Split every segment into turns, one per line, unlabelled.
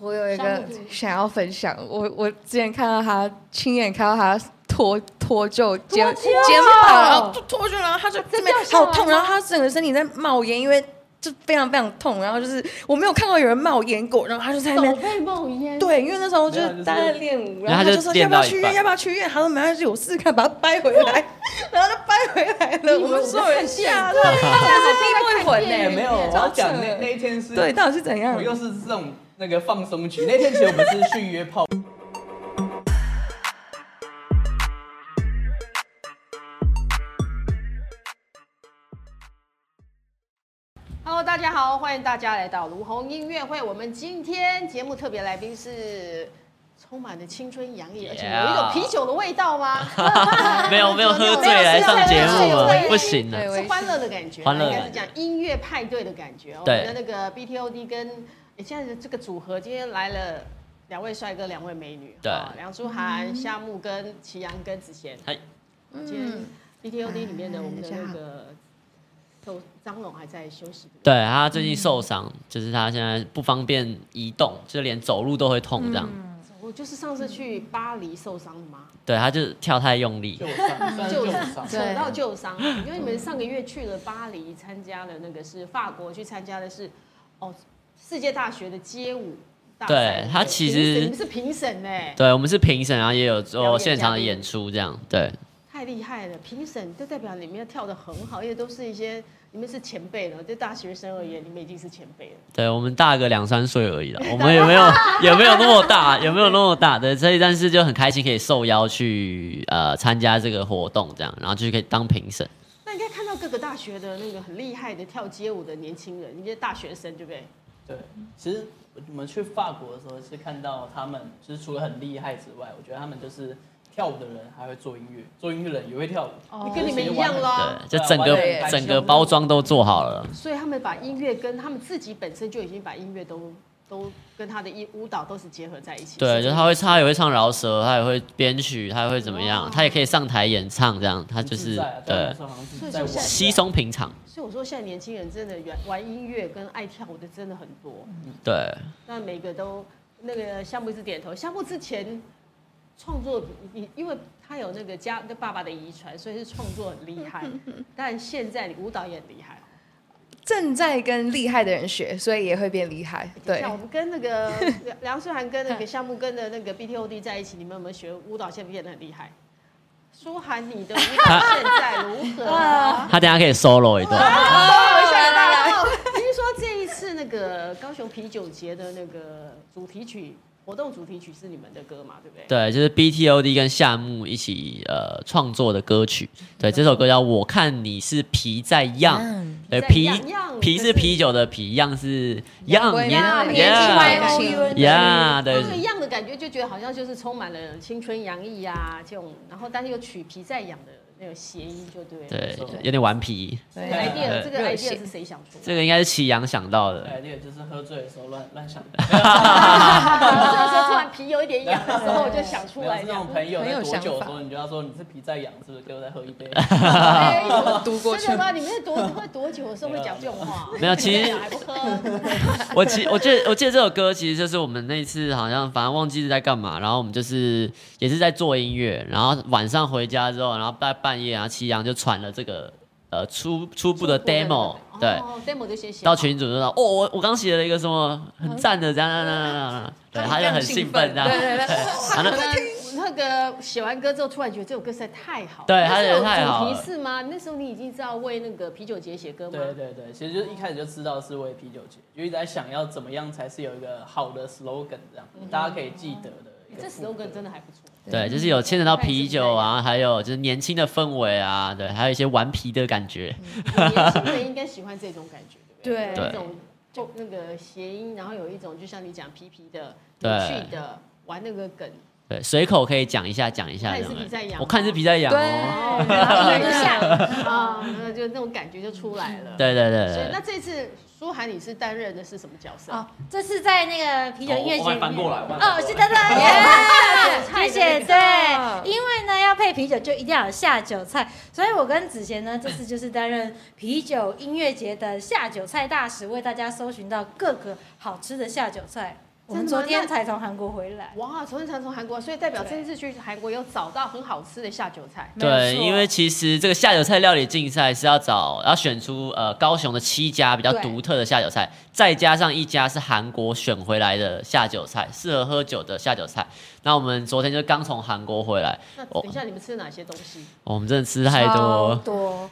我有一
山
个
姆对
想要分享，我我之前看到他，亲眼看到他脱脱臼肩肩膀，然后脱臼，然后他就这边
下来
好
吗
痛，然后他整个身体在冒烟，因为就非常非常痛，然后就是我没有看过有人冒烟过，然后他就在那
手
边。
被冒烟，
对，因为那时候就
没有就是
是大家在练舞，
然
然后
后他
他
就
就说
练
要不
到
要
一
去医
半
院，要不要去医院？他说没关系，有试看，把它掰回来，然后就掰回来了。我
你以为
们
我在
所有人
看电影
吓到，他真的是地
在看
鬼魂呢
电影
哎也。没有，我要讲那
超扯
那一天是，
对，到底是怎样
我？又是这种那个放松曲。那天其实我们是去约炮，
Hello，大家好，欢迎大家来到卢红音乐会。我们今天节目特别来宾是充满了青春洋溢，而且有一种
Yeah
啤酒的味道 吗？
没有没有喝醉来上节目了，不行啊了。
是欢乐的感觉，啊
欢乐
应
的
该
感觉
是讲音乐派对的感觉。我
对
们的那个 BTOD 跟诶现在的这个组合今天来了两位帅哥，两位美女，
对
哈梁舒涵、夏木跟齐阳跟子贤。
嗨，
嗯
今天 BTOD 里面的我们的
大家
那
好
个都张龙还在休息，对不对
对他最近受伤，就是他现在不方便移动，就是连走路都会痛这样。
我就是上次去巴黎受伤的吗？
对，他就跳太用力
就。上算是
旧
就
伤，
上，
扯到旧伤，因为你们上个月去了巴黎，参加了那个是法国去参加的是哦世界大学的街舞大赛
对他其实
评审你们是评审哎，
对，我们是评审，然后也有
表
做
演
现场
嘉
的
宾
演出这样。对，
太厉害了！评审就代表你们要跳的很好，因为都是一些你们是前辈了，对大学生而言，你们已经是前辈了。
对我们大个两三岁而已 了，我们也没有也没有那么大，也没有那么大。对，所以但是就很开心可以受邀去呃参加这个活动这样，然后就可以当评审。
那应该看到各个大学的那个很厉害的跳街舞的年轻人，你们是大学生对不对？
对，其实我们去法国的时候是看到他们，就是除了很厉害之外，我觉得他们就是跳舞的人还会做音乐，做音乐的人也会跳舞，
哦跟你们一样咯
对，就整个
对啊
整个包装都做好了。
所以他们把音乐跟他们自己本身就已经把音乐都都跟他的音舞蹈都是结合在一起。
对，
是
就
这
是
样
他会他也会唱饶舌，他也会编曲，他也会怎么样，他也可以上台演唱，这样他
很
就是
自在啊对我
对
们说好像
所以
是
就
在玩
是
稀松平常。
所以我说现在年轻人真的玩玩音乐跟爱跳舞的真的很多，
对，
那每个都那个项目一直点头。项目之前创作，你因为他有那个家跟爸爸的遗传，所以是创作很厉害，但现在你舞蹈也很厉害。
正在跟厉害的人学，所以也会变厉害。对
像，我们跟那 个梁梁素涵跟那个项目跟的那个 BTOD 在一起，你们有没有学舞蹈？现在变得很厉害。舒涵，你的舞 蹈现在如何啊呢？
他等一下可以 solo 一段。
哦
我想到，哦听说这一次那个高雄啤酒节的那个主题曲活动主题曲是你们的歌嘛？对不对？
对，就是 BTOD 跟夏木一起呃创作的歌曲。对，这首歌叫《我看你是皮在样》。
嗯
对，
皮
皮
在样
皮
可是
是啤酒的皮，样是样
阳光
年
样
年轻
外
人
yeah
貌
的
yeah，对
那个样的感觉就觉得好像就是充满了青春洋溢啊这种，然后但是又取皮在痒的那种谐音，就对了。
对
没错，
有点顽皮。
这个 idea
对
这个
热
idea
血
是谁想出的？
这个应该是祁阳想到的。
对，那个就是喝醉的时候乱乱想 的，
所以说突然皮有一点痒的时候，我就想出
没
来这
有这
样
种。朋友
很有
在多
想
久的
法
时候，你就要说你是皮在痒，是不是？给我再喝一杯。
啊
哎
读过去
真的吗？你们是多会多久的时候会讲这种话？
没有其实
还不喝，
我其我记得我记得这首歌其实就是我们那一次好像反正忘记是在干嘛，然后我们就是也是在做音乐，然后晚上回家之后，然后在半夜，然后祁阳就传了这个呃初初步的 demo，对，
哦，demo 就先写
到
好
群主就说哦我我刚写了一个什么很赞的这样这样这样这样这样，对，他就很兴奋啊这样，
对对对，
然后
那那个写完歌之后，突然觉得这首歌实在太好了。
对
那
它
是
也
有
太好
主
了
题是吗？那时候你已经知道为那个啤酒节写歌吗？
对对对，其实就是一开始就知道是为啤酒节，就一直在想要怎么样才是有一个好的 slogan 这样，大家可以记得的一个
这
副歌。
slogan 真的还 不错。
对，就是有牵扯到啤酒啊，还有就是年轻的氛围啊，对，还有一些顽皮的感觉，
年轻人应该喜欢这种感觉，对不对？
对
有一种就那个谐音，然后有一种就像你讲皮皮的、有
对
趣的，玩那个梗。
对，随口可以讲一下讲一下
看
这
你是
样
皮在痒
我看你是皮在痒哦，
哦，然后一下啊，那就那种感觉就出来了。。
对对对
所以
对
哦
那。这次舒涵你是担任的是什么角色？
哦，这是在那个啤酒音乐节
哦我还
里
翻
面。
过来我还翻过来
哦，是的 的，耶！
韭菜
谢谢。
那
的
个
对，因为呢要配啤酒，就一定要有下酒菜，所以我跟子贤呢这次就是担任啤酒音乐节的下酒菜大使，为大家搜寻到各个好吃的下酒菜。我们
真的吗
昨天才从韩国回来，
哇，昨天才从韩国，所以代表这一次去韩国有找到很好吃的下酒菜。
对，
没错
因为其实这个下酒菜料理竞赛是要找要选出呃高雄的七家比较
对
独特的下酒菜，再加上一家是韩国选回来的下酒菜，适合喝酒的下酒菜。那我们昨天就刚从韩国回来，
那等一下你们吃了哪些东西？
我们真的吃太多，
多，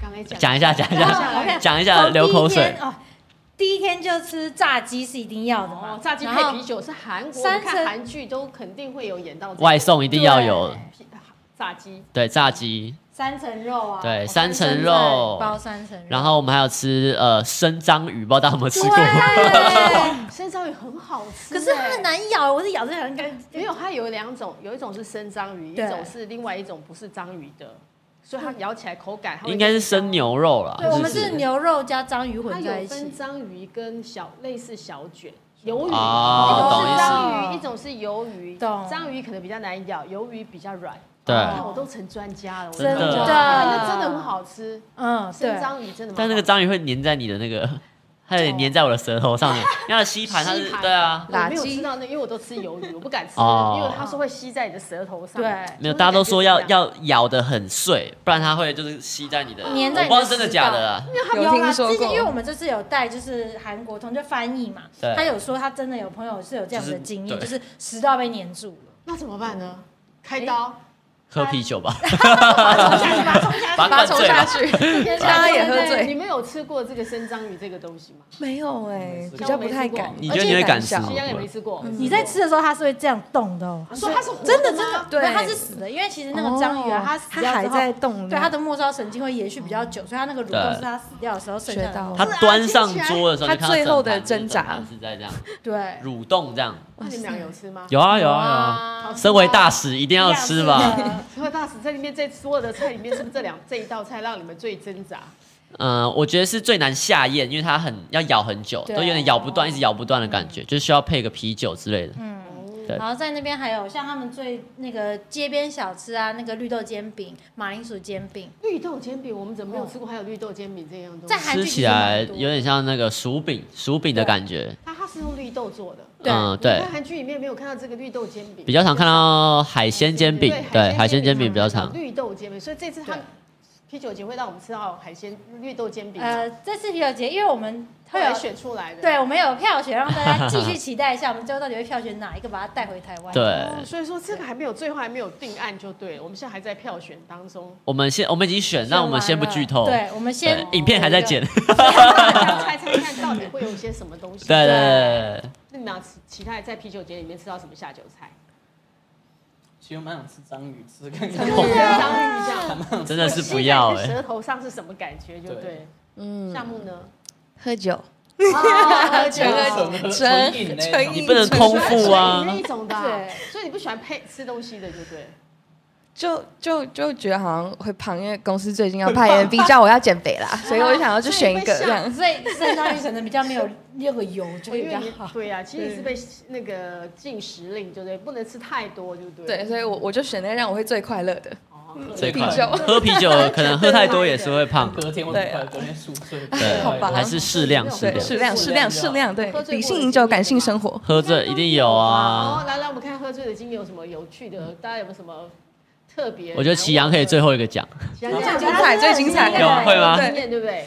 刚才讲
讲一下讲一
然后
下
下来
我看
讲一下
从
流口
第一
水
天。哦，第一天就吃炸鸡是一定要的嘛
哦，，炸鸡
然
配
后
啤酒是韩国，
三
我看
层
韩剧都肯定会有演到这个
外送一定要有，
啤炸鸡。
对炸鸡，
三层肉啊，
对
哦
三层
菜
肉
包三层肉，
然后我们还有吃呃生章鱼，不知道大家有没有吃过？
啊 对，
生章鱼很好吃，欸
可是它很。难咬，我是咬着很感
没有，它有两种，有一种是生章鱼，一
对嗯
种是另外一种不是章鱼的，所以它咬起来口感它会
应该是生牛肉啦，
对，我们
是
是
不是
牛肉加章鱼
它
混在
有
一起
分，章鱼跟小类似小卷鱿鱼，一种
哦懂
是
意思
章鱼，一种是鱿鱼。
懂
章鱼可能比较难咬，鱿鱼比较软。
对
你看我都成专家了，我
真的
哇那真的很好吃。
嗯，
生
对，
章鱼真的蛮好吃，
但那个章鱼会粘在你的那个， 它有点粘在我的舌头上面。因为它的吸盘它是
吸盘
对啊，
我没有
垃圾
吃到那个，因为我都吃鱿鱼，我不敢吃，
哦
因为它说会吸在你的舌头上。
对
没
就是
有，
感觉
大家都说要
是这样。
要咬的很碎，不然它会就是吸在你的。
粘在你的
我不知道是真的假的啊。
有
有啦，
听说
之前因为
过
我们这次有带就是韩国同就翻译嘛，
对
他有说他真的有朋友是有这样子的
就是
经验，就
对
是食道被粘住了，
那怎么办呢？开
哎
刀，
喝啤酒吧，
冲下去把它冲下去，
把
把
它
它
冲
灌醉
下
吧。
去。
大
家也喝醉
你们有吃过这个生章鱼这个东西吗？
没有哎，比较不太敢。
你觉得你会敢死吗
西洋也没吃过。
你在吃的时候它是会这样动的哦，
我说它是活
嗯真的
吗
真的，
对
它是死的，因为其实那个章鱼啊，它死
它
掉
还
之后
在动，
对它的末梢神经会延续比较久，所以它那个蠕动
对
是它死掉的时候剩下
学
的
到。
它
了。
端上桌的时候，
它
你看
最后
整盘
的挣扎
整盘是在这样
对，
蠕动这样。
那你们俩有吃吗？
有啊有啊有啊！
好吃吗
身为大使一定要吃
哦
吧？
所以大使在里面，这所有的菜里面，是不是这两这一道菜让你们最挣扎？
嗯，我觉得是最难下咽，因为它很要咬很久，
对
都有点咬不断，一直咬不断的感觉，就需要配个啤酒之类的。对
然后在那边还有像他们最那个街边小吃啊，那个绿豆煎饼、马铃薯煎饼，
绿豆煎饼，我们怎么没有吃过？还有绿豆煎饼这样东
在
西，
韩剧
吃
其
起
实
来
蛮多
有点像那个薯饼，薯饼的
对
感觉。
它它是用绿豆做的。
对
嗯，
我
对
看，韩剧里面没有看到这个绿豆煎饼，
比较常看到海鲜煎饼，对，海鲜煎饼比较
常
常
看到。绿豆煎饼，所以这次他
对
啤酒节会让我们吃到海鲜绿豆煎饼吗，
呃，这次啤酒节，因为我们
后
会有
来选出来的。
对，啊我们有票选，让大家继续期待一下，我们最后到底会票选哪一个，把它带回台湾。
对，
哦，所以说这个还没有，最后还没有定案就对了，我们现在还在票选当中。
我们先我们已经选，那我们先不剧透。
对，我们先
对，影片还在剪。。
要猜猜看到底会有一些什么东西？
对对对对，
那你们俩其其他在啤酒节里面吃到什么下酒菜？
其实我蛮想吃章鱼，吃看看
章。鱼这样，
对真的是不要
吸在
哎、
你舌头上是什么感觉？就对。
嗯，
项目呢？
喝酒，
哦
觉 得啊纯
纯纯饮呢
纯
你不能空腹啊
那一种的啊，
对
所以你不喜欢配吃东西的，就对。
就就就觉得好像会胖，因为公司最近要派人逼叫我要减肥啦，所以我就想要去选一个这样。
所以三章鱼可能比较没有那个油，就会
因
比
为
较
你
好。
对啊呀，其实你是被那个禁食令，对不对？不能吃太多，对不对？
对，所以我我就选那个让我会最快乐的。
哦
这一
啤
块
酒
喝啤酒可能喝太多也是会胖，
隔天我很快，隔天宿醉。
对啊
好吧，
还是适量适
对，
量，
适量，适量，适量，对
喝醉，过
理性饮酒，感性生活。
喝醉一定有
哦
啊。，
来来，我们看喝醉的经历有什么有趣的？大家有没有什么特别？
我觉得祁阳可以最后一个讲，
齐阳这
最
样
精彩，最精彩，
有会吗
经
对，
验对不对？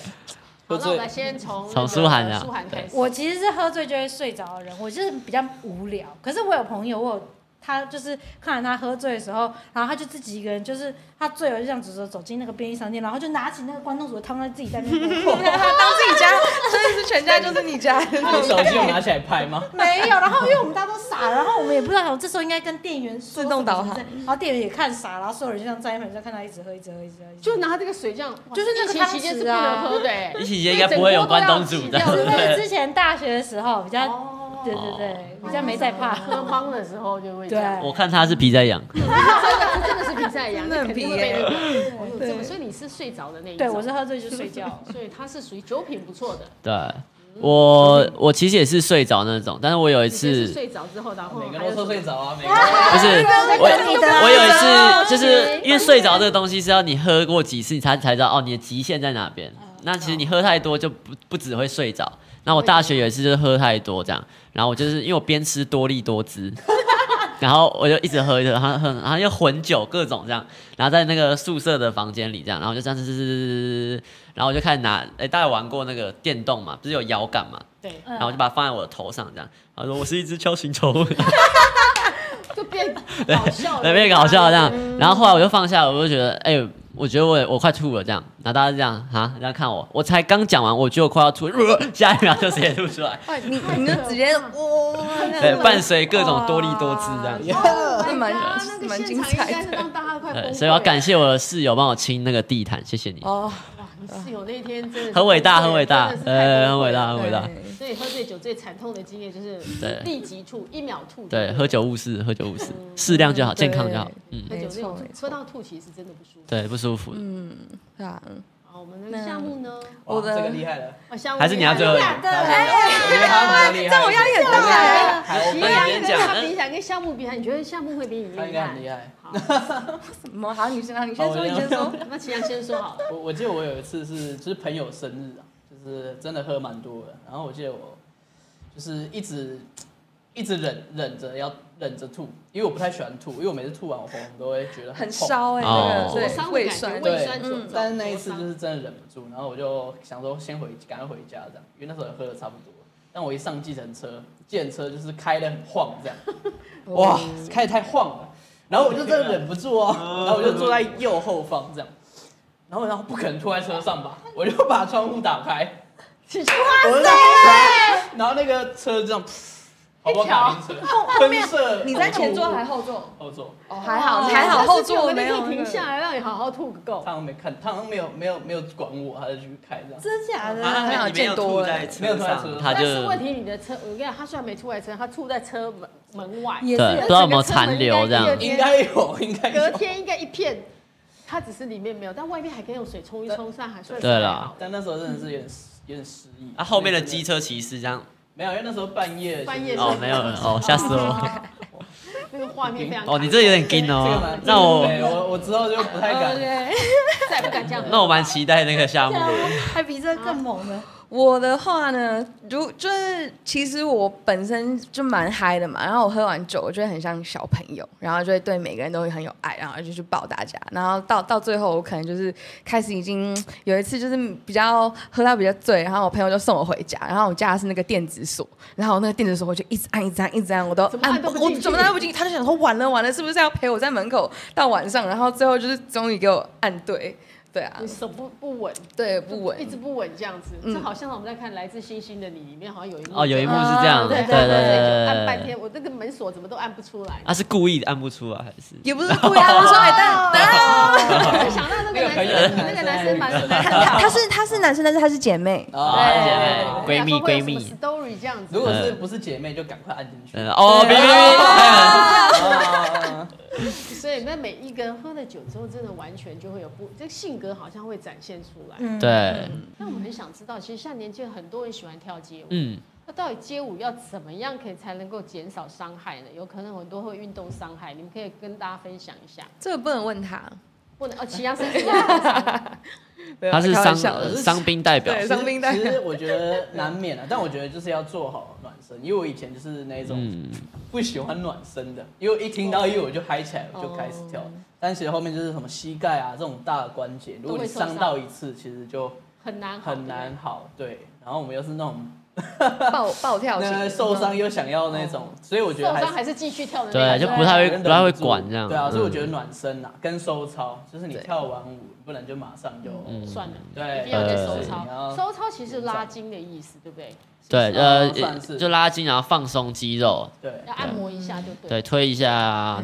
好，那
喝
我
醉
们来先从
从
苏
苏涵啊
苏涵开始。
我其实是喝醉就会睡着的人，我就是比较无聊。可是我有朋友，我有他就是看着他喝醉的时候，然后他就自己一个人，就是他醉了就这样子走走进那个便利商店，然后就拿起那个关东煮的汤在自己在那边喝
当自己家，真的是全家就是你家。
你手机有拿起来拍吗？
没有，然后因为我们大家都傻了，然后我们也不知道，我这时候应该跟店员说
自动导航
什么之类的，然后店员也看傻，然后所有人就像站一排，就看他一直喝，一直喝，一直喝，一直
就拿这个水这样，哇
就是那
疫
个
情
汤
期间是
匙
不
啊
能喝的 哎。
疫情期间应该不会有关东煮的
喝。
对
就是
对
那个之前大学的时候比较，
哦
对对对，比较没在怕。
喝懵的时候就会这
对
样，
我看他是皮在痒，
真的真的是比赛一样，
真的
那
很
肯定会
皮
被
耶
那个哦有这么
对
所以你是睡着的那一种，
对我是，喝醉就睡 觉。
所以他是属于酒品不错的。
对我我其实也是睡着那种，但是我有一
你是
次
睡着之后，然后
每个
还有什么
都说睡着啊，每个
不 是我
等你的啊
我有一次就是因为睡着这个东西是要你喝过几次你才才知道哦你的极限在哪边。那其实你喝太多就不不只会睡着，然后我大学有一次就是喝太多这样，然后我就是因为我边吃多利多汁，然后我就一直喝一直喝，然后很然后又混酒各种这样，然后在那个宿舍的房间里这样，然后我就这样吃吃吃吃吃吃吃，然后我就开始拿，哎，大家有玩过那个电动嘛，不是有摇杆嘛，
对，
嗯
然后我就把它放在我的头上这样，然后说我是一只锹形虫，
就变搞笑了，
对，变搞笑这样。然后后来我就放下了，我就觉得，哎、我觉得我我快吐了这样。然后大家就这样啊，这样看我，我才刚讲完，我就快要吐， 呃下一秒就直接吐出来，
哎，你你就直接哇，
对，伴随各种多利多姿这样。
那蛮
啊那个
蛮
现
精
场应
彩
该 是
的
让大家快崩
对，
溃。
所以我要感谢我的室友帮我清那个地毯，谢谢你，
欸哦，
你 室友那天真的
很伟大，很伟大，呃，
呃，
很伟大，很
对
伟大。
所以喝醉酒最惨痛的经验就是
对
立即吐，一秒吐。
对，喝酒误事，喝酒误事，
嗯
适量就好，
对
健康就好。嗯，
喝酒
没
那种
错没
喝
错，
到吐，其实真的不舒服。
对，不舒服。
嗯，对啊，嗯
好，我们的项目呢？
哇
我的
这个厉害了，
啊项目
还是你要最后一个
厉害
大家我觉得他们厉害，
这样我压力很大哎，
还 OK，
那你
跟
先
跟他
讲，
比起来，跟项目比起来，你觉得项目会比你
他应
厉
该很
害？
厉害。
好，
什么？好，你先，你先
好
说，你先说，
那秦阳先说好了。
我我记得我有一次是就是朋友生日啊，就是真的喝蛮多的，然后我记得我就是一直一直忍忍着要忍着吐，因为我不太喜欢吐，因为我每次吐完我喉咙都会觉得
很
痛。
烧哎，那
哦
个
灼
对
伤的
胃
感觉，
酸，
胃酸灼
嗯
伤。
但是那一次就是真的忍不住，然后我就想说先回赶快回家这样，因为那时候也喝的差不多。但我一上计程车，计程车就是开的很晃 这样，哇，开的太晃了，然后我就真的忍不住哦，然后我就坐在右后方这样，然后然后不可能吐在车上吧，我就把窗户打开，
欸
哇塞，然后那个车这样，好不好？卡丁车
后
喷射，
你在前座还是后座？
后座？
哦， 还好，
哦
还好后座
那
没
是我
有
们那天停下
来，
来，让你好好吐个够
他。好像没看，他好像没有没有没有管我，他就继续开这样。
真假的？
啊还好见多了
没有吐在车上
但
他啊就是
问题，你的车，我跟你讲，他虽然没吐在车，他吐在车门门外，
也
对，不
是
知道有没有残留这样。
应该 有，应该
隔
有。
天应该一片，他只是里面没有，但外面还可以用水冲一冲，上海算是
对
还
啦
好。
但那时候真的是有点失有点失忆。
啊，后面的机车骑士这样，
没有，因为那时候半夜
半夜
哦，没有了，哦，吓死我。
那个画面非常
哦，你这有点惊
这个
哦
蛮。
那
对
我
我我之后就不太敢。
对，再也不敢这样了。
那我蛮期待那个项目的。
还比这更猛的，
我的话呢，如就是其实我本身就蛮嗨的嘛，然后我喝完酒，我就会很像小朋友，然后就会对每个人都会很有爱，然后就去抱大家，然后到到最后，我可能就是开始已经有一次就是比较喝到比较醉，然后我朋友就送我回家，然后我家是那个电子锁，然后那个电子锁我就一直按一直按一直按，我都
怎么
按
按都不
我
进去
怎么按都不进去，他就想说完了完了，是不是要陪我在门口到晚上？然后最后就是终于给我按对，对啊
你，手不不稳，
对不稳
一，直不稳这样子，
嗯
这好像我们在看《来自星星的你》里面，好像有一幕
哦，有一幕是这样，
嗯对
对
对
对
对
对
对，按
对
半
对对。
天，我这个门锁怎么都按不出来。
他是故意按不出来还是？
也不是故意啊 按不出来，但但。
哦
我想到那个男生，那个男 生蛮
她她是她是男生，但是她是姐妹。
哦
哦
啊
对哎闺蜜闺蜜
story 这样子
如。果是不是姐妹，就赶快按进去。
嗯，哦，别别别，开门。
啊
所以那每一个人喝了酒之后，真的完全就会有不，这个性格好像会展现出来。
嗯，
对，
那我很想知道，其实像年纪很多人喜欢跳街舞，
嗯，
那到底街舞要怎么样可以才能够减少伤害呢？有可能很多会运动伤害，你们可以跟大家分享一下。
这个不能问她，
不能哦，其他身 体要很伤
他是
开玩笑
伤
的
伤兵代表，
对
其实
伤兵带
其实我觉得难免啊，但我觉得就是要做好暖身，因为我以前就是那种
嗯，
不喜欢暖身的，因为一听到音乐我就嗨起来，我就开始跳。
哦
但其实后面就是什么膝盖啊这种大的关节，如果你伤到一次，其实就
很难好
很难。好。对，然后我们又是那种
暴暴跳
那
型
个受伤又想要那种，所以我觉
对
得
嗯哦受
还
伤
是
还是继续跳的那啊
对，就
种。
不太会
忍
不太会
住
管这样。
对啊，所以我
嗯
觉得暖身啊跟收操，就是你跳完舞不能就马上就
嗯
算了，
对
一定要再收
呃
操。收操其实是拉筋的意思，对不对？
对，呃
算，是
就拉筋，然后放松肌肉，
对。
要按摩一下就对。
对，。推一下，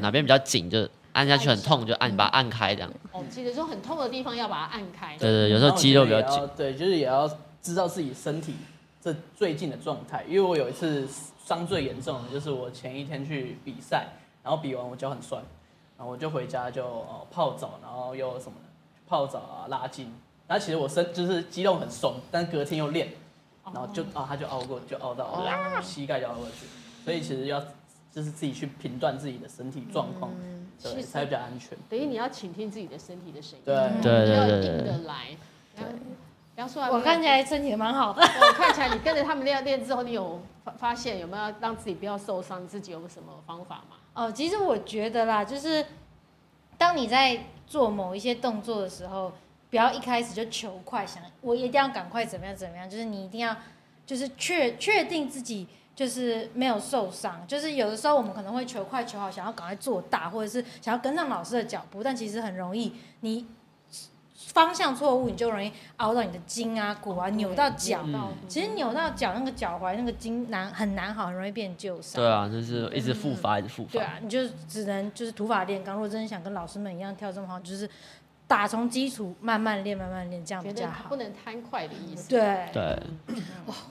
哪边比较紧就按下去，很痛就按，把它按开这样。
哦，记得说很痛的地方要把它按开。
对对，对有时候肌肉比较紧
然后我觉得也要。对，就是也要知道自己身体这最近的状态。因为我有一次伤最严重的就是我前一天去比赛，然后比完我脚很酸，然后我就回家就哦泡澡，然后又什么的泡澡啊拉筋，然后其实我身就是肌肉很松，但隔天又练，然后就啊他就凹过就凹到啊膝盖就凹过去，所以其实要就是自己去评断自己的身体状况，
其
对，
实嗯
才比较安全。
等于你要倾听自己的身体的声音，
对
对对
要
对
硬
对
的来，不要不杨素
我看起来身体也蛮好的，
我看起来你跟着他们练练之后，你有发发现有没有让自己不要受伤？你自己有什么方法吗？
哦，其实我觉得啦，就是当你在做某一些动作的时候，不要一开始就求快，想我一定要赶快怎么样怎么样，就是你一定要就是确确定自己就是没有受伤。就是有的时候我们可能会求快求好，想要赶快做大，或者是想要跟上老师的脚步，但其实很容易你。方向错误，你就容易凹到你的筋啊、骨啊，扭到脚。
嗯，
其实扭到脚那个脚踝那个筋难很难好，很容易变旧伤。
对啊，就是一直复发，一直复
对
发。
啊，你就只能就是土法炼钢。如果真的想跟老师们一样跳这么好，就是打从基础慢慢练，慢慢练，这样比
觉
较
得
好
不。能贪快的意思。，
对，
对，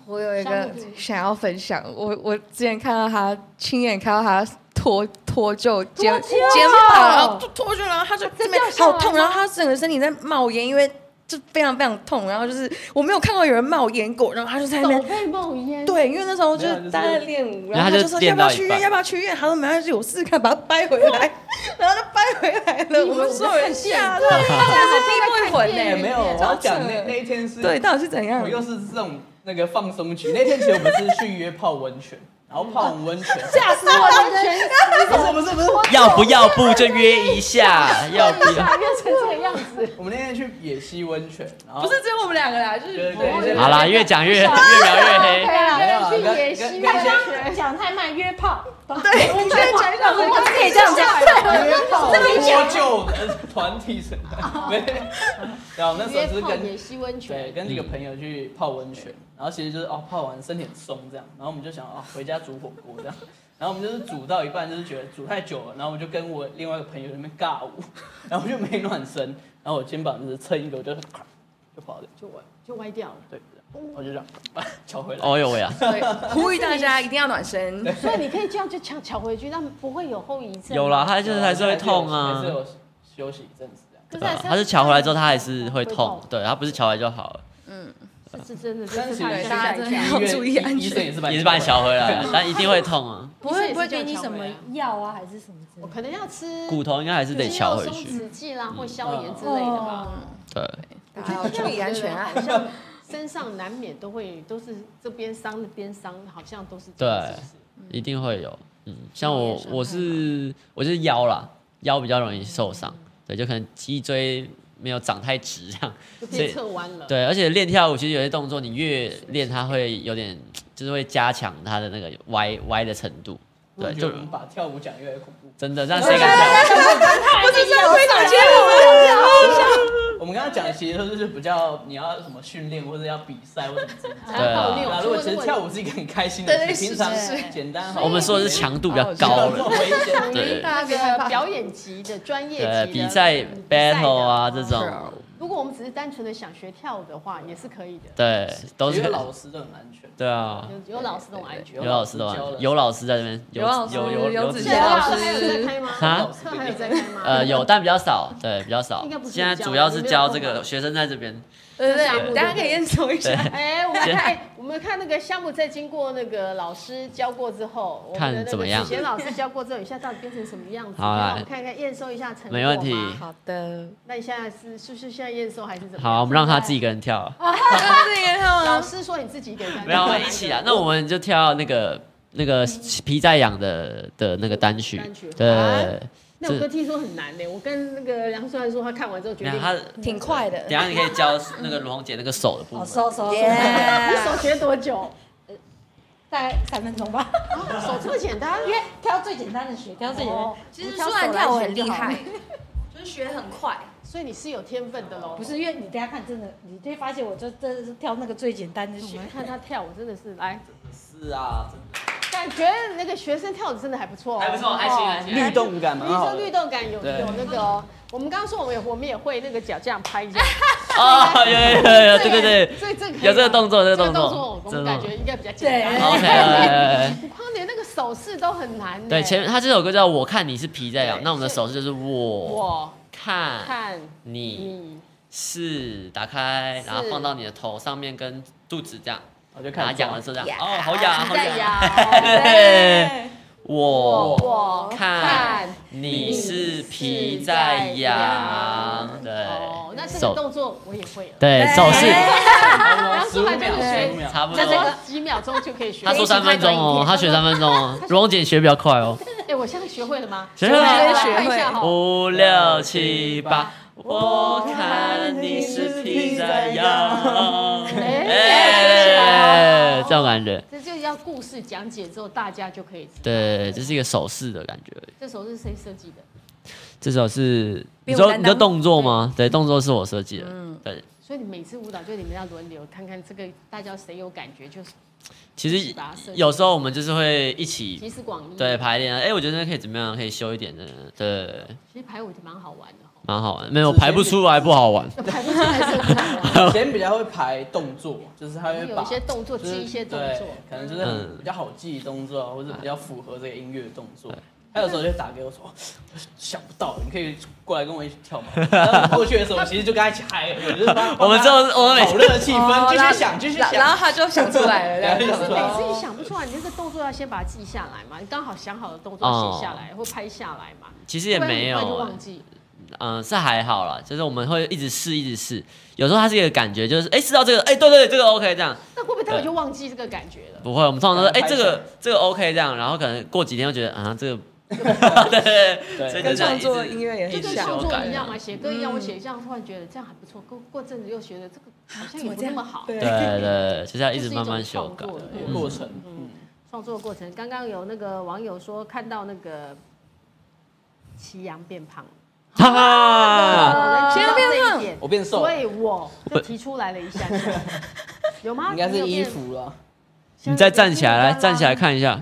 我有一
项
个
目组
想要分享，我我之前看到他亲眼看到他脱脱臼肩
脱臼
肩膀，啊然后脱脱臼，然后他就这边
下来
好
吗
痛，然后他整个身体在冒烟，因为就非常非常痛，然后就是我没有看过有人冒烟过，然后他就在那
手
边。
背冒烟。
对，因为那时候就
没有就是
是大家在练舞，
然
然后
后
他
他就
就说
练
要不要
到一
去医
半
院，要不要去医院？他说没关系，我试试看，把它掰回来，然后就掰回来了。
你以
我
为
们
我
所有
在
人
看电
吓
影
到，真啊的是地位魂
也
呢。
电影
哎没有，我要讲那
超扯
那一天是，
对，到底是怎样
我？又是这种那个放松局。那天其实我们是去约泡温泉，然后泡完温泉，
吓死我了！
完全
不是不是不是，
要不要不就约一下，
啊
要不要？
下变成这个样子，
我们那天去野溪温泉，然后
不是只有我们两个啦，就
对
是
对对，
好啦，越讲越越描越黑。
对
没有
啦，
啦，跟
去野
跟
溪
跟
温
一些
泉
讲太慢，约炮。
对，我们在讲讲
我们可以这样讲，
约炮脱臼的团体成没有，然后那时候
约
只是
泡
跟
野溪温
对，
泉，
跟几个朋友去泡温
嗯
泉，然后其实就是哦，泡完身体很松这样，然后我们就想哦，回家煮火锅这样，然后我们就是煮到一半，就是觉得煮太久了，然后我就跟我另外一个朋友在那边尬舞， 然后我就没暖身，然后我肩膀就是撑一个，我就咔就跑了，
就歪就歪掉了。
对，这样我就这样把它敲回来。
哦呦喂 啊，
呼吁大家一定要暖身。
所以你可以这样就抢抢回去，那不会有后遗症。
有啦，，他就是还是会痛
还是
啊。
有休息一阵子这样。
可
对
是还
啊
是，要
他是瞧回来之后，他还是会痛。，对，他不是瞧回来就好了，
这是真的，
但
这是
是其
大
实
大家
家
真
真
的
的
要注意安全
医生也是把
也是把你瞧回
来
来，但一定会痛 啊。
不会不会
这
给
样
你
敲
什
回
么
来
药啊，还是什么之类
我
的？
可能要吃
骨头应该还是得瞧回去
肌肉。松弛剂啦，或消炎之类的吧。
哦
对，
大家要注意安全 啊
好！像身上难免都会都是这边伤那边伤，好像都是这样
对
是不是
一定会有。嗯，像
有点
我
伤害
我是我就是腰啦，腰比较容易受伤，对，就可能脊椎没有长太直这样。
就
所
变
以
侧弯了。
对，而且练跳舞其实有些动作，你越练它会有点，就是会加强它的那个歪歪的程度。对，
就
就
我们把跳舞讲越来越恐怖。
真的让 谁敢跳？
不是这会打结
我们刚刚讲的其实就是比较你要什么训练，或者要比赛，或者什么之类
对
的。
啊
暴
对啊
六，
如果其实跳舞是一个很开心的
对对
事，
是
平常
是
简单好。
我们说的是强度比较高
这
了
种，危险，
对
那
别害怕
个表演级的、专业级
对
的
呃比赛 battle 啊这。
嗯比赛的
种，
如果我们只是单纯的想学跳舞的话，也是可以的。
对，都是
有老师都很安全。
对啊，
有有老师那种安全。
有老师的玩
有老师教，的
有老师在这边，有
有老师
有有
有
子
子
现在
谦
老
老
师
师
还有在开吗？
啊
课还有在开吗？
呃，有，但比较少，对，比较少
应该不。是
现在
教
主要
你
是
没有
教
空
这个
吧
学生在这边，
对对
对
对，大家可以验收一下
对。
哎，我们看，哎，我们看那个项目，在经过那个老师教过之后，我
看
们的那
怎么
个
样
子贤老师教过之后，你现在到底变成什么样子？
好啊
让我们看看验收一下成果吗
没问题
好的，
那你现在是是不是现在验收还是怎么样？
好，我们让他自己一个人跳啊，
这个也好
老
啊。
师说你自己给他
没有，我们一起啊。那我们就跳那个那个皮在痒的的那个单曲
单曲，啊
对，
那首歌听说很难呢，我跟那个梁帅说，他看完之后决
然
定
后，他
挺快的
等一，下你可以教那个卢红姐那个手的部
哦
好，
分，
收收收，
你
Yeah
手学多久？
大概三分钟吧。
手这么简单？
因为挑最简单的学，挑最简单
哦。
其实舒兰跳舞很厉害，就是学很快。
所以你是有天分的喽。
不，是，因为你等一下看，真的，你就会发现我这真的是跳那个最简单的
我
学
们。看他跳舞真的是来，
是啊，
感觉那个学生跳的真的还不错哦，
还不错，还行还行。
律动感
女
蛮好
生
的
律。动感有
对
有那个哦，我们刚刚说我们也我们也会那个脚这样拍一下，
哦，有有有有， 对对对
所以这个可以
有这个动
吧
作这个
这
动
个
作
动作我
这个
们
动
感
作
觉应该比较简
对
单。
，OK，对
你光连那个手势都很难呢。
对，前面他这首歌叫《我看你是皮在痒》，
对
那我们的手势就是我
我
看
看
你
你
是打开，然后
是
放到你的头上面跟肚子这样，
我就
然后
看
痒的时候这
痒
样，哦，好痒好
在
痒，
摇，
嘿 我
我
看
看。
你是皮在痒，对，
哦，那这
手
个动作我也会了，哎
对手势，
差不
刚出
多
来
十五秒，
就
十
学
五秒，
差不
这
多。
个几秒钟就可以学
他
会。
说三分钟哦，他学三分钟哦，荣姐学比较快哦。
哎，我现在学会了吗？
学会了
来看一下哈。
五六七八，我看你是披着羊。哎，这种感觉，
这就要故事讲解之后，大家就可以知道。
对，这是一个手势的感觉而已。
这首是谁设计的？
这首是
比
你
武
说
担
你
当
的动作吗？对，嗯动作是我设计的。对，
所以你每次舞蹈就你们要轮流，看看这个大家谁有感觉，就是
其
是
实
吧设计
有时候我们就是会一起
集思广益。
对，排练啊。哎，我觉得可以怎么样？可以修一点的，对对，对
其实排舞就蛮好玩的哦。
蛮好玩。没有排不出来不好玩。
排舞真的是很好玩，
以前比较会排动作，就是他会
有
把
一些动作
就是
记一些动
对
作。
可能就是很
嗯
比较好记的动作，或者比较符合这个音乐的动作。他有时候就打给我说，哦想不到，你可以过来跟我一起跳嘛。 然后过去的时候，我其实就跟他一起嗨，我就是帮
我们之后我们每
好热气
哦
氛，
然
继
后
续想，继续
然然后
想。
他就想出来了，这
对
样
可
他就是想出
每
来了
次你想不出来，你那个动作要先把它记下来嘛，你刚好想好的动作写下来或拍下来嘛，
其哦实也
不然
没有
很快就
欸
忘记。
嗯，是还好啦，就是我们会一直试，一直试。有时候它是一个感觉，就是哎、诶试到这个，哎、对对，这个 OK 这样。
那会不会待会就忘记这个感觉了？
不会，我们通常都说，
嗯
哎、
拍
这
手
个这个 OK 这样，然后可能过几天又觉得啊，这个，对，所
对
以就
跟
这
创
样一
作
直
音乐也
就
很
跟
像。
创
修
作
改
一样
啊
嘛，写歌一样，
嗯
我写一样，突然觉得这样还不错，过过阵子又觉得这个好像
怎
也
么
不
这
那
样
么好。
对
对对嗯对，就是要一直慢慢修改
这是一。种
嗯
过程，嗯，
创作过程，刚刚有那个网友说看到那个祁阳变胖，
哈哈，
我
祁阳变胖
胖
我变瘦
所
了，
以我就提出来了一下，有吗？
应该是
有
衣
变，
服了，
你再站起来，来站起来看一下。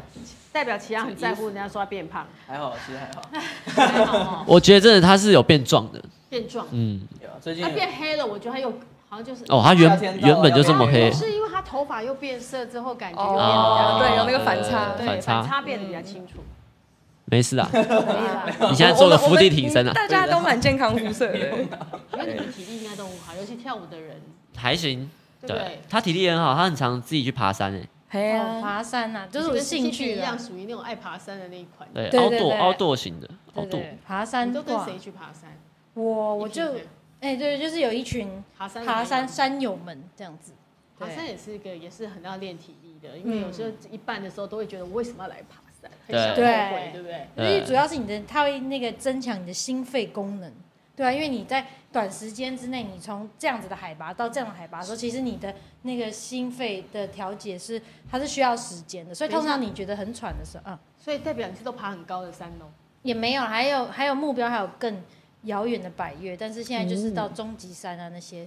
代表祁阳很在乎人家说他变胖，
还好，其实还好。
还好哦
我觉得真的他是有变壮的，
变壮，
嗯，
有最近
他啊变黑了，我觉得他又好像就是
哦，他
夏
原
天到了
原本就这么黑
要
是因为他头发又变色之后，感觉又变
哦
比较
对有那个反差
对
呃反
反
差
差变得比较清楚，
没事啊，
可以啦。
你现在做个伏地挺身啊，
大家都蛮健康肤色的。
我觉得你们体力应该都很好，尤其跳舞的人，
还行。
对不
对
对？
他体力也很好，他很常自己去爬山诶、欸
哎
哦
呀，
爬山呐，就是
你
我
跟
的兴
Skippy
趣啊
一
啦
样，。属于那种爱爬山的那一款。
对，
对
凹
对
舵
对
凹舵型的凹
对
舵，
对，爬
你
山
都跟
挂
谁去爬山？
我我就
一群人
哎、对，就是有一群
爬山的
爬山
朋友
山友们这样子。
爬山
对嗯
也是一个，也是很要练体力的，因为有时候一半的时候都会觉得我为什么要来爬山，很想
对
后悔，对不对？
因为主要是你的，它会那个增强你的心肺功能，对啊，因为你在短时间之内，你从这样子的海拔到这样的海拔的时候，其实你的那个心肺的调节是它是需要时间的，所以通常你觉得很喘的时候，啊、
所以代表你是都爬很高的山哦。
也没有，还有还有目标，还有更遥远的百越，但是现在就是到终极山啊那些，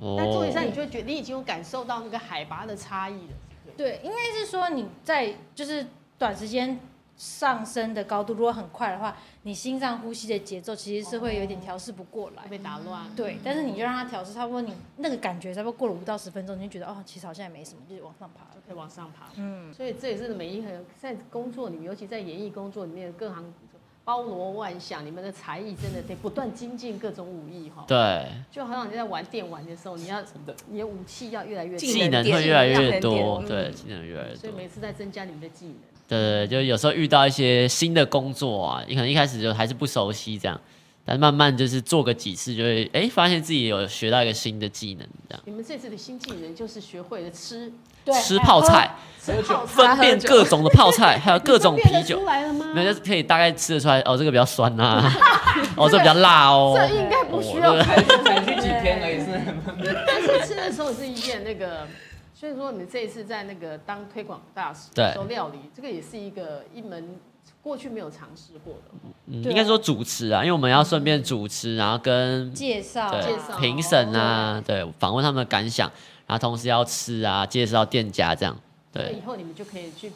哦
但坐一下，你就会觉得你已经有感受到那个海拔的差异了。对不对
对，应该是说你在就是短时间上升的高度，如果很快的话，你心脏呼吸的节奏其实是会有点调试不过来
会。被打乱，
对，但是你就让它调试，差不多你那个感觉差不多过了五到十分钟，你就觉得哦，其实好像也没什么，就是往上爬了。
可以往上爬。
嗯，
所以这也是每一行在工作里面，尤其在演艺工作里面，各行包罗万象，你们的才艺真的得不断精进各种武艺哈。
对，
就好像你在玩电玩的时候，你要
的
你的武器要越来越
技
技
多，
能
能点
会越来
技
越
能
多，
点
对，
嗯
技能越来越
所
多
以。每次在增加你们的技能。
对对对，就有时候遇到一些新的工作啊，你可能一开始就还是不熟悉这样，但慢慢就是做个几次，就会哎发现自己有学到一个新的技能，这样
你们这次的新技能就是学会了吃
对，
吃泡菜，
吃泡菜，
分辨各种的泡菜，还有各种
你分辨
啤
得
酒
出，来了吗？
没有就是可以大概吃得出来哦，这个比较酸啊， 哦这比较辣哦，
这应该不需
哦
要
对
才才去几天而已，是
但是吃的时候是一件那个，所以说你们这一次在那个当推广大使
对
做料理，这个也是一个一门过去没有尝试过的，
嗯应该说主持啊，因为我们要顺便主持，然后跟
介绍啊，
介绍
对评审啊，对访问他们的感想，然后同时要吃啊，介绍店家这样，
所以
对
以后你们就可以去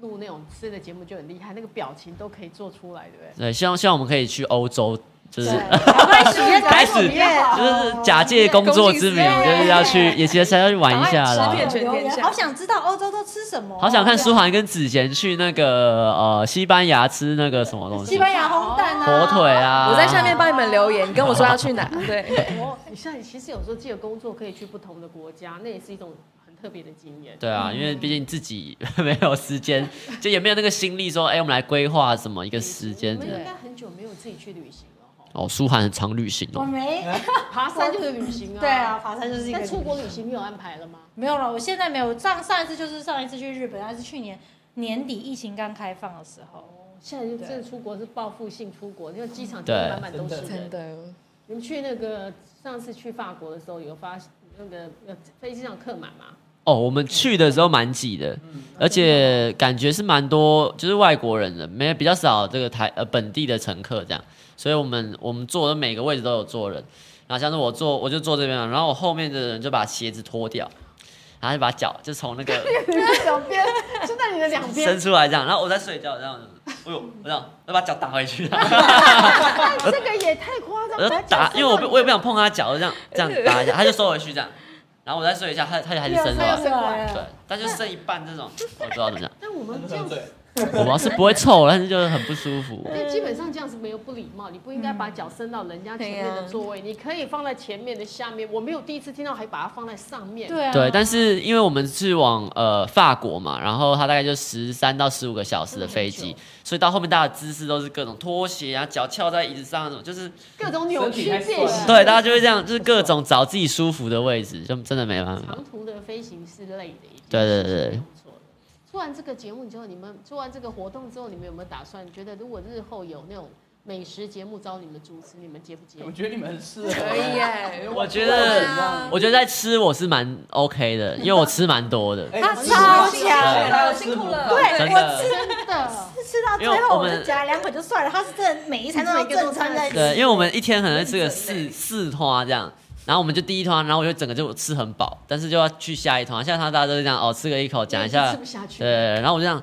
录那种吃的节目就很厉害，那个表情都可以做出来，对不对？
对，希望希望我们可以去欧洲，就是
对，赶快许愿
开
赶快
始
许愿
就是假借工作之名，
恭喜
就是要去，也其实要去玩一下
赶
啦
快吃。遍全天下
好想知道欧洲都吃什么，哦
好想看舒涵跟子贤去那个呃西班牙吃那个什么东
西
西，
班牙烘蛋啊，
火腿啊。
我在下面帮你们留言，你跟我说要 去哪。对，
哦，你像你其实有时候借工作可以去不同的国家，那也是一种很特别的经验。
对啊，因为毕竟自己 没有时间，就也没有那个心力说，哎，我们来规划什么一个时间
我
这
们
样
应。该很久没有自己去旅行了哈。
哦，舒涵很常旅行
我
哦，
没，
爬山就是旅行啊。
对啊，，爬山就是一个
那出国旅行你有安排了吗？
没有了，我现在没有。上上一次就是上一次去日本，那是去年年底疫情刚开放的时候。
现在就
对
真的出国是报复性出国，因为机场真的满满都是
真
人。
的，
你们去那个上次去法国的时候，有发那个呃飞机上客满吗？
哦，我们去的时候蛮挤的，而且感觉是蛮多，就是外国人的，没比较少这个台呃本地的乘客这样，所以我们我们坐的每个位置都有坐人，然后像是我坐我就坐这边啊嘛，然后我后面的人就把鞋子脱掉，然后就把脚就从那个
两边就在 你的两边
伸，出来这样，然后我在睡觉这样子，哎呦，我这样再把脚打回去，
但 这个也太夸张
我就
了。
打，因为我不我也不想碰他脚，我就这样这样打一下，他就收回去这样，然后我再睡一下，他他就还是伸
啊
出
又
来，
出来
对
了，，
但就剩一半这种， 我不知道怎么讲。
但我们这
喝
样子
醉，
我要是不会臭，但是就是很不舒服。
因为基本
嗯
上这样是没有不礼貌，你不应该把脚伸到人家前面的座位，你可以放在前面的下面。我没有第一次听到还把它放在上面。，
对啊，
对，但是因为我们是往呃法国嘛，然后它大概就十三到十五个小时的
嗯
飞
很
机
久，
所以到后面大家的姿势都是各种脱鞋啊，脚翘在椅子上那种，就是
各种扭曲
身体
变
太
形。
酸
对，大家就会这样，就是各种找自己舒服的位置，就真的没办法。
长途的飞行是累的一件事，
对对对对
没错的。做完这个节目之后，你们做完这个活动之后，你们有没有打算？觉得如果日后有那种美食节目招你们主持，你们接不接
嗯
我？觉得你们很适合。
可以啊耶
因为
我觉
对
得
啊
我觉得在吃我是蛮 OK 的，因为我吃蛮多 的。
哎
他
你
超
辛苦
强
了
他有辛苦了
对
真
我
的
吃
真的，
吃到最
因为
后
我
我
们
就夹两口就算了，他是真的每一餐都
每
要
个都
正餐在
餐
吃。
对，因为我们一天可能吃个
很
四
累
四团这样，然后我们就第一团，然后我就整个就吃很饱，但是就要去下一团，下一团大家都是这样哦，吃个一口讲一
因为
下
吃，不下去。
对，然后我就这样。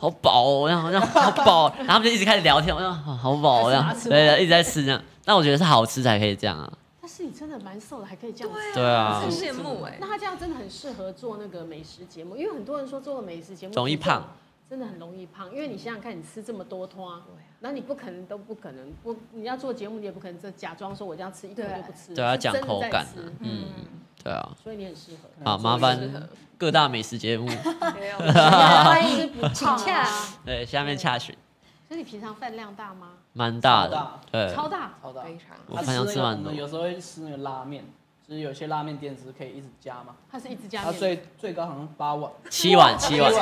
好饱、哦，然后这样好饱哦，然后他们就一直开始聊天，我说好好饱、哦，这样
还是把它吃完
对，一直在吃这样。但我觉得是好吃才可以这样啊，
但是你真的蛮瘦的，还可以这样子。
对啊
很，羡慕哎
那。他这样真的很适合做那个美食节目，因为很多人说做了美食节目
容易胖，
真的很容易胖。因为你想想看，你吃这么多汤啊，然后你不可能都不可能不，你要做节目你也不可能这假装说我这样吃一口
对
就不吃，
对啊，
是真
讲
的
口
在
感
吃
的，嗯，对啊，
所以你很适合。
好，麻
适
烦
合
各大美食节目
没有
欢迎
不
请假。
对下面洽询，
所以你平常饭量大吗？
蛮大
超
的
大，
对，
超大，
超大。
非常
我反正吃
完
蛮多
有时候会吃那个拉面，就是有些拉面店只是可以一直加嘛，
它是一直加
它
面。
最最高好像八碗，
七碗七碗，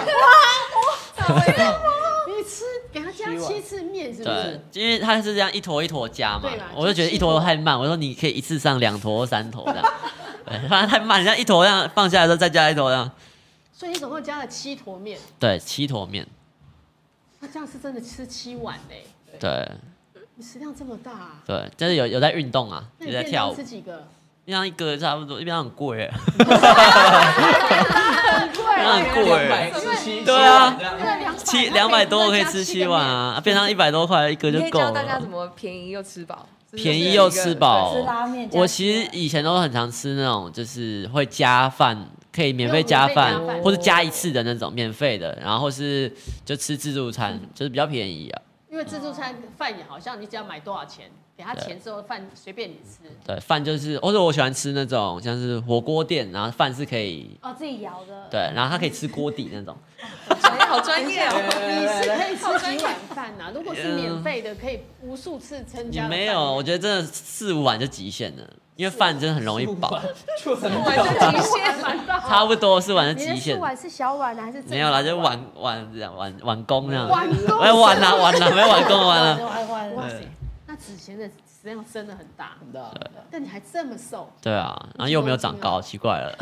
你吃给他加
七碗
七次面是不
对
是？，
因为它是这样一坨一坨加嘛
对啦，
我就觉得一坨太慢，我说你可以一次上两坨或三坨这样，对，不然太慢，人家一坨这样放下来之后再加一坨这样，
所以你总共加了七坨面，
对，七坨面，
那这样是真的吃七碗嘞、
对
你食量这么大、啊，
对，就是有有在运动啊，
那
有
你
在
便
跳
当
舞
吃，几 个？
一样一个差不多，一边很贵，
对，
很贵，
对
对啊七
七
两百多 我可以吃七碗啊，啊变成一百多块一个
你
就
可以
够
教大家
了
怎。么便宜又吃饱，这就是
便宜
一
又
个
吃饱
吃拉面。
我其实以前都很常吃那种，就是会加饭，可以免费加
免
饭
费加，饭
或是加一次的那种免费的，然后是就吃自助餐，
嗯
就是比较便宜啊。
因为自助餐饭也好像你只要买多少钱，给他钱之后饭随便你吃。
对，饭就是，或者我喜欢吃那种像是火锅店，然后饭是可以，
哦自己摇的。
对，然后它可以吃锅底那种。
对好专业哦。
你是可以吃几碗饭呐、如果是免费的，可以无数次参
也
加。
嗯没有，我觉得真的四五碗就极限了，因为饭真的很容易饱，
就很
我
饱。
这极
得
限，
蛮大。
差不多四碗
你
就
的
极
四
限。
碗是小
啊
碗的 还是正
没有啦，就是
碗。
碗碗这样碗碗工这样。
碗公
哎，碗啦碗啦，没有碗工碗啦。
完完
哇
了。
塞，那子贤的食量真的很大，
嗯
很大，很大
但你还这么瘦，
对啊，然后又没有长 高，奇怪了。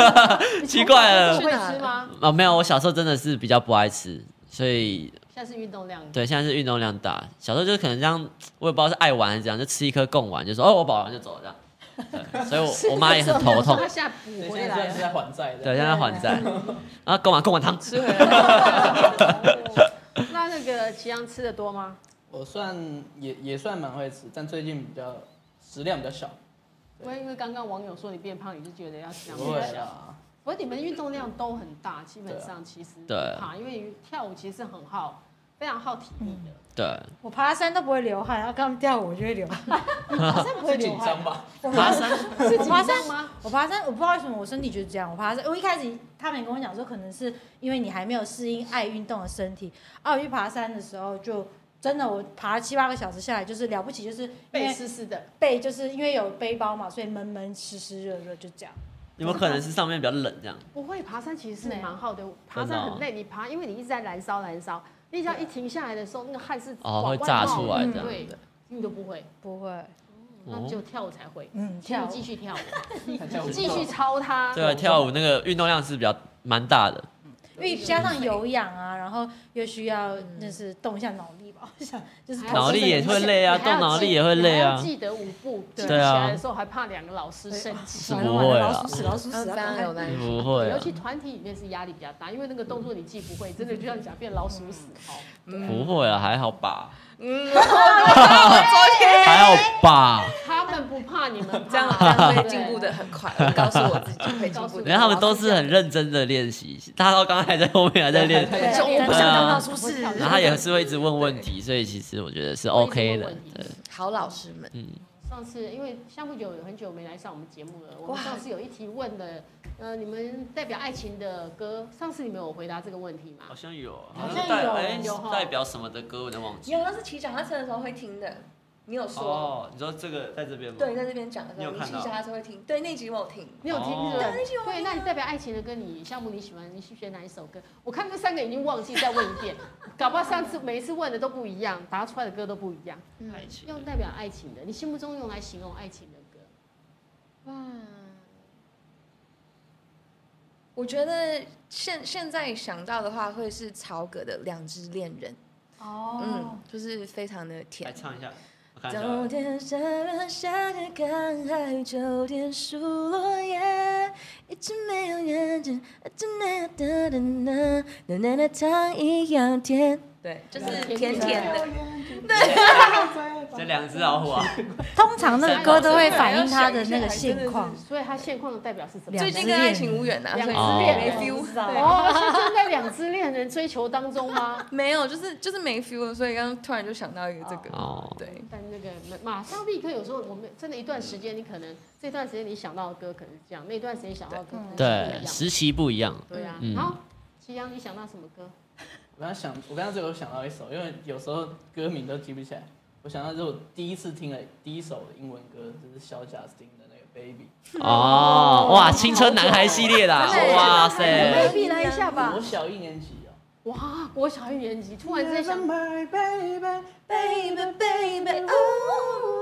啊你
奇怪了
从小就会吃吗？
啊，没有，我小时候真的是比较不爱吃，所以
下次运动量
对现在是运动量大。小时候就是可能这样，我也不知道是爱玩还是怎样，就吃一颗贡丸，就说哦我饱完就走了这样。对，所以 我我妈也很头痛。
他下补
对，
回
现在现在是
来。
在还债
对，
的。
现在还债。然后贡丸贡丸汤，
吃回来
那那个祁阳吃的多吗？
我算也也算蛮会吃，但最近比较食量比较小。
因为因为刚刚网友说你变胖，你就觉得要这样
不会
子想。
啦，
不过你们运动量都很大，基本上其实
对啊
不怕，因为跳舞其实很耗，非常耗体力的。
对，
我爬山都不会流汗，然啊后跟他们跳舞我就会流汗。
好像不会
是
流
紧
汗
张，吧？
我
爬
爬
山
是
我
紧
爬
张
山
吗？
我爬山，我不知道为什么我身体就是这样。我爬山，我一开始他们也跟我讲说，可能是因为你还没有适应爱运动的身体。啊，我去爬山的时候就真的我爬了七八个小时下来，就是了不起，就是因
背
为
湿湿的，
背就是因为有背包嘛，所以闷闷湿湿热热就这样。
有没有可能是上面比较冷 这样？
不会，爬山其实是
没有
蛮耗的，爬
真的
山
哦
很累，你爬，因为你一直在燃烧燃烧，你只要一停下来的时候，那个汗是
哦，
往
会
外
炸
冒
出
的
来
嗯
这样
对
子。，
你都不会，
不会，
那
哦
只有跳舞才会。
嗯，
请
跳
你
舞
继续跳舞，
看起来我
继续操它。
对啊，跳舞那个运动量是比较蛮大的。
因为加上有氧啊，然后又需要就是动一下脑力吧，我想嗯就是
脑力也会累啊
你还要
动脑力
记
也会累啊
你还要记得舞步，记
对
不
啊
起来的时候还怕两个老师生气。
是不会啊啦
老鼠屎，老鼠屎，
非常有耐 心。
不会、
尤
啊，
其团体里面是压力比较大，因为那个动作你记不会，真的就像你讲变老鼠屎哦。
不会啊，还好吧，
嗯，我昨天
还好吧。
他们不怕，你们怕
这样啊这样会进步的很快，我告诉我自己会进步 的。
人家他们都是很认真的练习，他到刚刚还在后面还在练，
对
对
就我不想当老鼠屎，
啊然后他也是会一直问问题，所以其实我觉得是 OK 的。对，
好老师们，
嗯
上次因为夏木九很久没来上我们节目了，我
哇
们上次有一题问的，呃，你们代表爱情的歌，上次你们有回答这个问题吗？
好像有，
好像代有哎
有哈代
代表什么的歌我都忘
有那是骑脚踏车的时候会听的，你有说？
哦，你说这个在这边吗？
对，你在这边讲的时
你
候，
有
你
看
骑
到
脚踏车会听，对那集我有听。
你有听
哦
是吧？
对有听啊
对，那你代表爱情的歌，你项目你喜欢，你是选哪一首歌？我看这三个已经忘记，再问一遍，搞不好上次每一次问的都不一样，答出来的歌都不一样。
爱情
用代表爱情的，你心目中用来形容爱情的歌，
哇，我觉得现现在想到的话，会是曹格的《两只恋人》，
哦
嗯，，就是非常的甜
来。唱一下，我看一下。
冬天下了下个刚海，秋天数落叶，一直没有人见，啊哒哒哒哒哒哒哒哒，糖一样甜。对，就是甜甜的。
这两只老虎啊，
通常那个歌都会反映他的那个现况。
所以它现况的代表是什么？
两
最
只
近跟爱情无缘呐、啊
两
所以
只恋
没
人
feel。
哦，是正在两只恋人追求当中吗？
没有，就是就是没 feel，所以刚刚突然就想到一个这个。
哦，
对，
但那个马上立刻，有时候我们真的一段时间，你可能这段时间你想到的歌可能是这样，那段时间想到的歌可能是不
对，
一样。
时期不一样，
对啊
嗯，
好，祁阳，你想到什么歌？
我刚刚想，我刚刚最后想到一首，因为有时候歌名都记不起来。我想到就是我第一次听了第一首英文歌，就是小贾斯汀的那个 Baby。
哦，哇，青春男孩系列啦，
对
哇
对
塞，
未必来一下吧
我。小一年级哦。
哇，国小一年级，突然之间想，
My baby，
Baby baby，哦。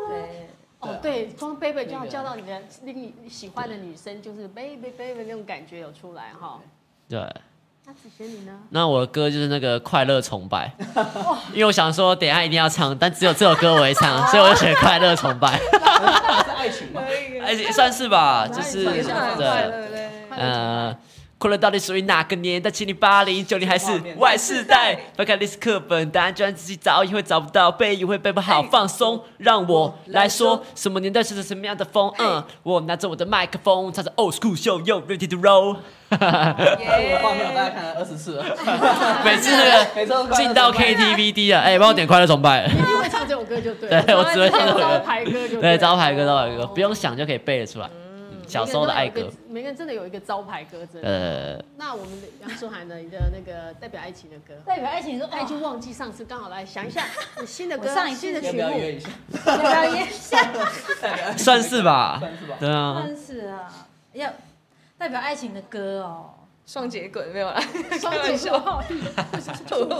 对，
哦，对，光 baby 就要
那个
叫到你的另一你喜欢的女生，就是 baby baby 那种感觉有出来哈。
对。
那子璇你呢？
那我的歌就是那个《快乐崇拜》，因为我想说等一下一定要唱，但只有这首歌我会唱，所以我就选《快乐崇拜》，
是爱情吗？
而且算是吧，就是
也是
快
蛮
对，
乐嘞。
呃，快乐到底属于哪个年代？七零八零九零还是外世代？翻开历史课本，答案就算自己找也会找不到，背也会背不好，放松，让我来说，什么年代吹着什么样的风？嗯，我拿着我的麦克风，唱着 Old School Show Yo Ready to Roll，
我的画面我大概看了二十次了。
每次 那
每次都
个进到 KTV 的，哎，帮我点《快乐崇拜》。
你会唱这首歌就对了。
对我只会唱这首歌
招牌歌就
对，
了
招牌歌，招牌歌，
哦
不用想就可以背得出来。嗯小时候的爱歌，，
每个人真的有一个招牌歌，真的。
呃，
那我们的杨舒涵呢？你的那个代表爱情的歌，
代表爱情是哦
他
爱
已
情，
经忘记上次，刚好来想一下你新的歌，
我上一次
新的
要
曲
不要约
目。
一下？
表演
算是 吧，
算是吧。
对啊，
算是啊，要代表爱情的歌哦。
双节棍没有啦，
双
开
节
玩笑。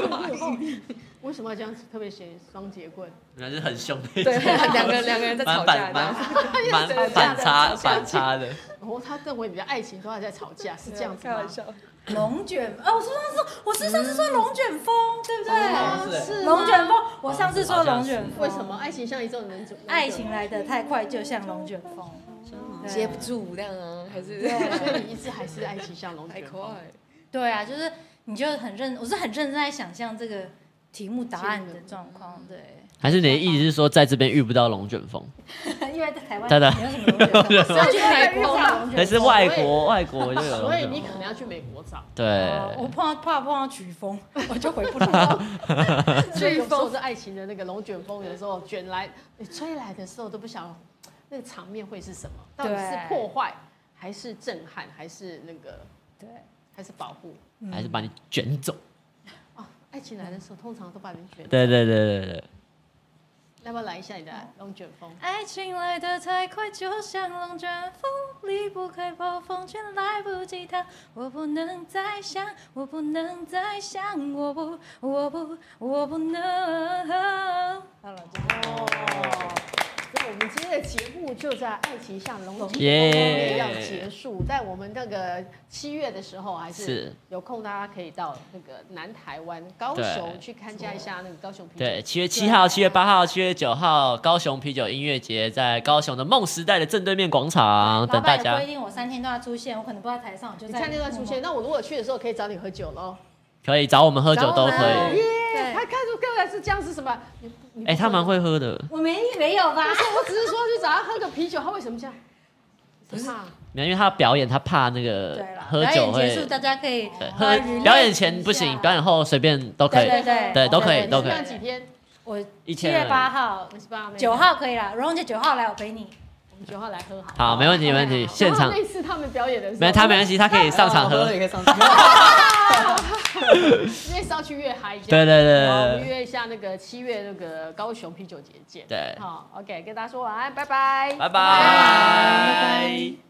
为什么要这样特别写双节棍？
原来是很凶的一
对，
种，
两个两个人在吵架
蛮反
这
蛮
样。
蛮反差反差的。
哦，他认为你的爱情都还在吵架，是这样子
开
吗
玩？笑。
龙卷哦，我是上次说，我是上次说龙卷风，对不
哦
对？
是
是吗
龙卷风，我上次说龙卷风，
为什么？爱情像一阵冷酒？
爱情来得太快，就像龙卷风，对
接不住这样啊，还是
所以你一直还是爱情像 龙
太
卷
快
风。。
对啊，就是你就很认，我是很认真在想象这个题目答案的状况，对，
还是你的意思是说，在这边遇不到龙卷风，
因为在台湾
真的
没有什么龙卷风，所以我去美国嘛，龙卷风
还是外国外国就有龙
所 以
卷
你
风？
可能要去美国找，
对，
哦我碰到怕碰到飓风，
哦
我就回不了。
所以有时候这爱情的那个龙卷风，有时候卷来、你吹来的时候都不晓得那个场面会是什么，到底是
对
破坏还是震撼，还是那个
对，嗯
还是保护？
还是把你卷走。
爱情来的时候，通常都把人卷。
对对对对对，
要不要来一下你的龙卷风？
爱情来得太快，就像龙卷风，离不开暴风圈，来不及逃。我不能再想，我不能再想，我不，我不，我不能。好了，就
哦，那我们今天的节目就在《爱情像龙卷风》
耶
要结束，在我们那个七月的时候，还是
是
有空大家可以到那个南台湾高
对
雄去参加一下那个高雄啤酒
对，七月七
啊
号、七月八号、七月九号，高雄啤酒音乐节在高雄的梦时代的正对面广场
老
等大
板也
家
规。定我三天都要出现，我可能不在台上，我就
你
在
看那段出现，那我如果去的时候可以找你喝酒喽。
可以找我们喝酒都可
找我们
以。
耶
对
他看出刚才是这样是什么？
哎、他蛮会喝的，
我没没有吧？
不是，我只是说去找他喝个啤酒，他为什么这样？不是，
没有因为他表演他怕那个
对了，
喝
表
酒
演
会
结。束，大家可以
对，
呃
喝表演前不行，表。
relax 一下
演后随便都可以。
对对
对哎都可以
对
都可以
你是那几天？
我
一
七
天
月八号、
十八、
九，号可以啦，蓉蓉姐九号来，我陪你。
我们九号来喝好。
好，没问题，没问题。现
然
场
后那次他们表演的时候，
没他没关系，他可以上场喝
了。也可以上场喝。
越烧去越嗨。这样
对对对
好我
对
们
对
约一下那个七月那个高雄啤酒节见。
对，
好，OK，跟大家说晚安，拜拜，
拜
拜
拜。